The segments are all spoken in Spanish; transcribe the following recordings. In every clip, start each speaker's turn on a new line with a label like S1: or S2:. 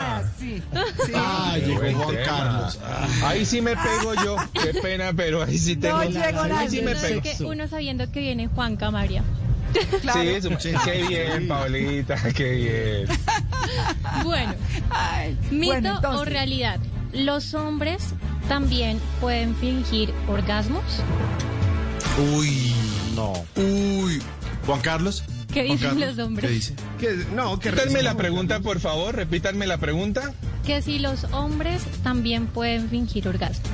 S1: Ah, llegó Juan Carlos.
S2: Ahí sí me pego yo. Qué pena, pero ahí sí tengo. ahí sí me pego.
S3: Que uno sabiendo que viene Juanca María.
S2: Sí, eso- qué bien, Paulita, qué bien.
S3: Bueno, mito o realidad. ¿Los hombres también pueden fingir orgasmos?
S1: Uy, no. Uy, Juan Carlos.
S3: ¿Qué
S1: Juan
S3: dicen
S1: Carlos,
S3: los hombres?
S1: ¿Qué dice?
S4: Que, no, que
S2: Repítanme la
S4: reciba-
S2: pregunta, por favor. Repítanme la pregunta.
S3: Que si los hombres también pueden fingir orgasmos.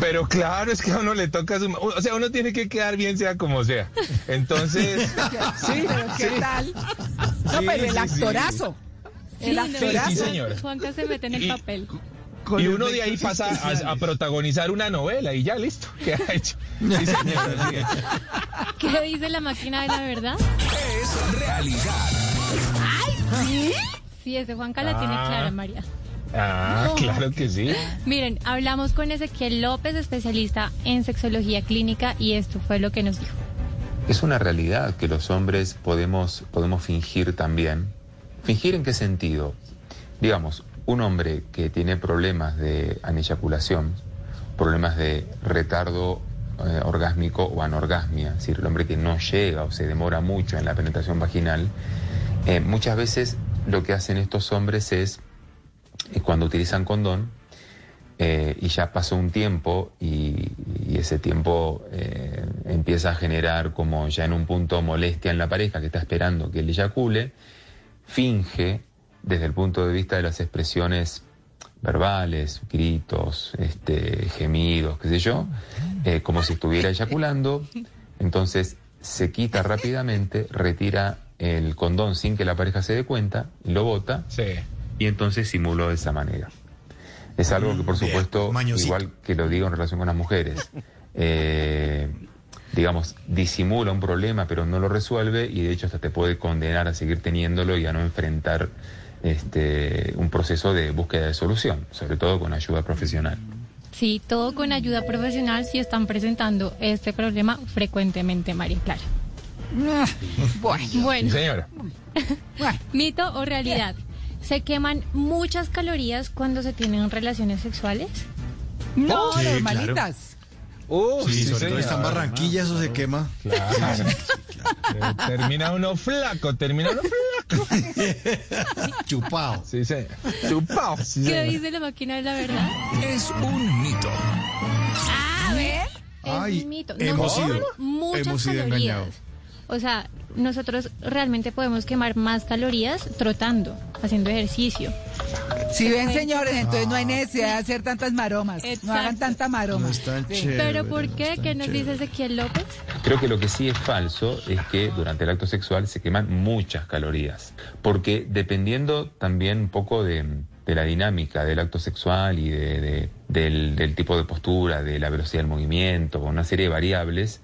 S2: Pero claro, es que a uno le toca su... O sea, uno tiene que quedar bien sea como sea. Entonces, sí,
S5: ¿Qué
S2: sí.
S5: tal? No,
S2: Sí,
S5: pero
S2: sí,
S5: el
S2: sí.
S5: actorazo. El
S3: no,
S5: actorazo.
S2: Sí, sí, señora.
S3: Juanca se mete en el
S2: Y-
S3: papel.
S2: Y uno de ahí pasa a, a protagonizar una novela y ya, listo. ¿Qué ha hecho? Sí, señora, sí.
S3: ¿Qué dice la máquina de la verdad?
S1: Es realidad.
S3: Sí, ese Juanca la tiene
S2: Ah.
S3: clara, María.
S2: Ah, claro que sí.
S3: Miren, hablamos con Ezequiel López, especialista en sexología clínica, y esto fue lo que nos dijo.
S6: Es una realidad que los hombres podemos, podemos fingir también. ¿Fingir en qué sentido? Digamos, un hombre que tiene problemas de aneyaculación, problemas de retardo eh, orgásmico o anorgasmia, es decir, el hombre que no llega o se demora mucho en la penetración vaginal, eh, muchas veces lo que hacen estos hombres es, eh, cuando utilizan condón, eh, y ya pasó un tiempo y, y ese tiempo eh, empieza a generar como ya en un punto molestia en la pareja que está esperando que él eyacule, finge desde el punto de vista de las expresiones verbales, gritos, este, gemidos, qué sé yo, eh, como si estuviera eyaculando, entonces se quita rápidamente, retira el condón sin que la pareja se dé cuenta, lo bota
S2: Sí.
S6: y entonces simuló de esa manera. Es algo que, por
S1: Bien,
S6: supuesto,
S1: mañosito.
S6: igual que lo digo en relación con las mujeres, eh, digamos, disimula un problema, pero no lo resuelve y de hecho hasta te puede condenar a seguir teniéndolo y a no enfrentar este, un proceso de búsqueda de solución, sobre todo con ayuda profesional.
S3: Sí, todo con ayuda profesional si están presentando este problema frecuentemente, María Clara.
S5: Ah, Bueno,
S2: Sí,
S3: Bueno,
S2: señora.
S5: bueno.
S3: mito o realidad. ¿Se queman muchas calorías cuando se tienen relaciones sexuales?
S5: No,
S1: Sí,
S5: normalitas.
S2: Uh,
S1: Sí, sobre todo
S2: señora.
S1: está en Barranquilla, eso se quema.
S2: Claro. Termina uno flaco, termina uno flaco.
S1: Chupado.
S2: Sí, señor. Chupao. Sí,
S3: ¿Qué
S2: señor.
S3: dice la máquina de la verdad?
S1: Es un mito.
S3: Es
S1: Ay,
S3: un mito. No
S1: hemos
S3: queman
S1: sido-
S3: muchas
S1: hemos sido
S3: calorías.
S1: engañados.
S3: O sea, nosotros realmente podemos quemar más calorías trotando, haciendo ejercicio.
S5: Si ven, señores, entonces no hay necesidad de hacer tantas maromas. No hagan
S3: Exacto.
S5: tanta maroma.
S1: No es tan
S5: Sí.
S1: chévere,
S3: ¿Pero por
S1: no
S3: qué?
S1: es tan
S3: ¿Qué nos dice
S1: chévere.
S3: Ezequiel López?
S6: Creo que lo que sí es falso es que durante el acto sexual se queman muchas calorías, porque dependiendo también un poco de, de la dinámica del acto sexual y de- de- del, del tipo de postura, de la velocidad del movimiento, con una serie de variables,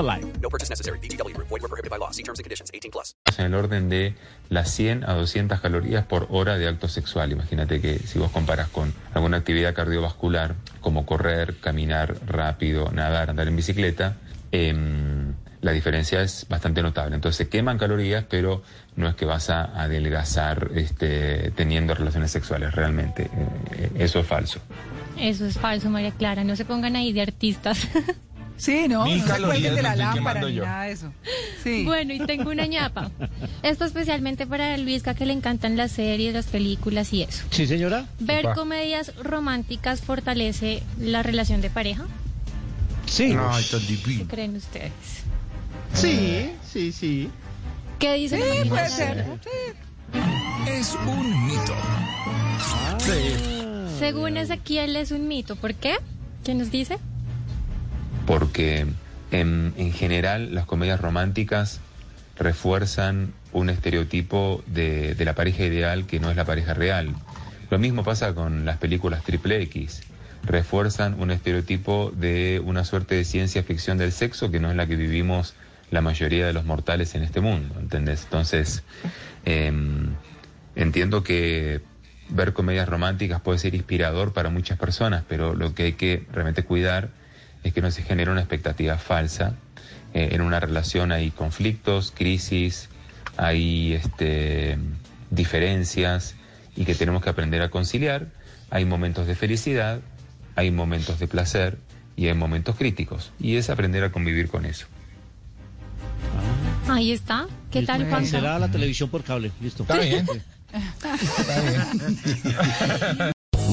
S7: life.
S6: en el orden de las 100 a 200 calorías por hora de acto sexual. Imagínate que si vos comparas con alguna actividad cardiovascular, como correr, caminar rápido, nadar, andar en bicicleta, em, la diferencia es bastante notable. Entonces se queman calorías, pero no es que vas a adelgazar este, teniendo relaciones sexuales realmente. Eh, eh, Eso es falso.
S3: Eso es falso, María Clara. No se pongan ahí de artistas.
S5: Sí, no,
S2: Mil
S5: no se
S2: calorías
S5: cuelguen de
S2: me
S5: la
S2: estoy
S5: lámpara
S2: quemando
S5: ni
S2: yo.
S5: nada de eso. Sí.
S3: Bueno, y tengo una ñapa. Esto especialmente para Luisca que le encantan las series, las películas y eso.
S4: Sí, señora.
S3: Ver
S2: Upa.
S3: comedias románticas fortalece la relación de pareja.
S4: Sí.
S1: Ay, tan
S3: ¿Qué
S1: Ah, divino.
S3: creen ustedes?
S4: Sí, sí, sí.
S3: ¿Qué dicen? los
S5: Sí,
S3: amigos?
S5: puede ser. Sí.
S1: Es un mito. Sí.
S4: Ah,
S3: Según Ezequiel es un mito. ¿Por qué? ¿Qué nos dice?
S6: porque em, en, en general las comedias románticas refuerzan un estereotipo de, de la pareja ideal que no es la pareja real. Lo mismo pasa con las películas triple X. Refuerzan un estereotipo de una suerte de ciencia ficción del sexo que no es la que vivimos la mayoría de los mortales en este mundo, ¿entendés? Entonces, em, Entiendo que ver comedias románticas puede ser inspirador para muchas personas, pero lo que hay que realmente cuidar es que no se genere una expectativa falsa. Eh, en una relación hay conflictos, crisis, hay este, diferencias y que tenemos que aprender a conciliar. Hay momentos de felicidad, hay momentos de placer y hay momentos críticos. Y es aprender a convivir con eso.
S3: Ahí está. ¿Qué tal, Juan?
S4: Cancelada la televisión por cable. Listo.
S2: Está bien.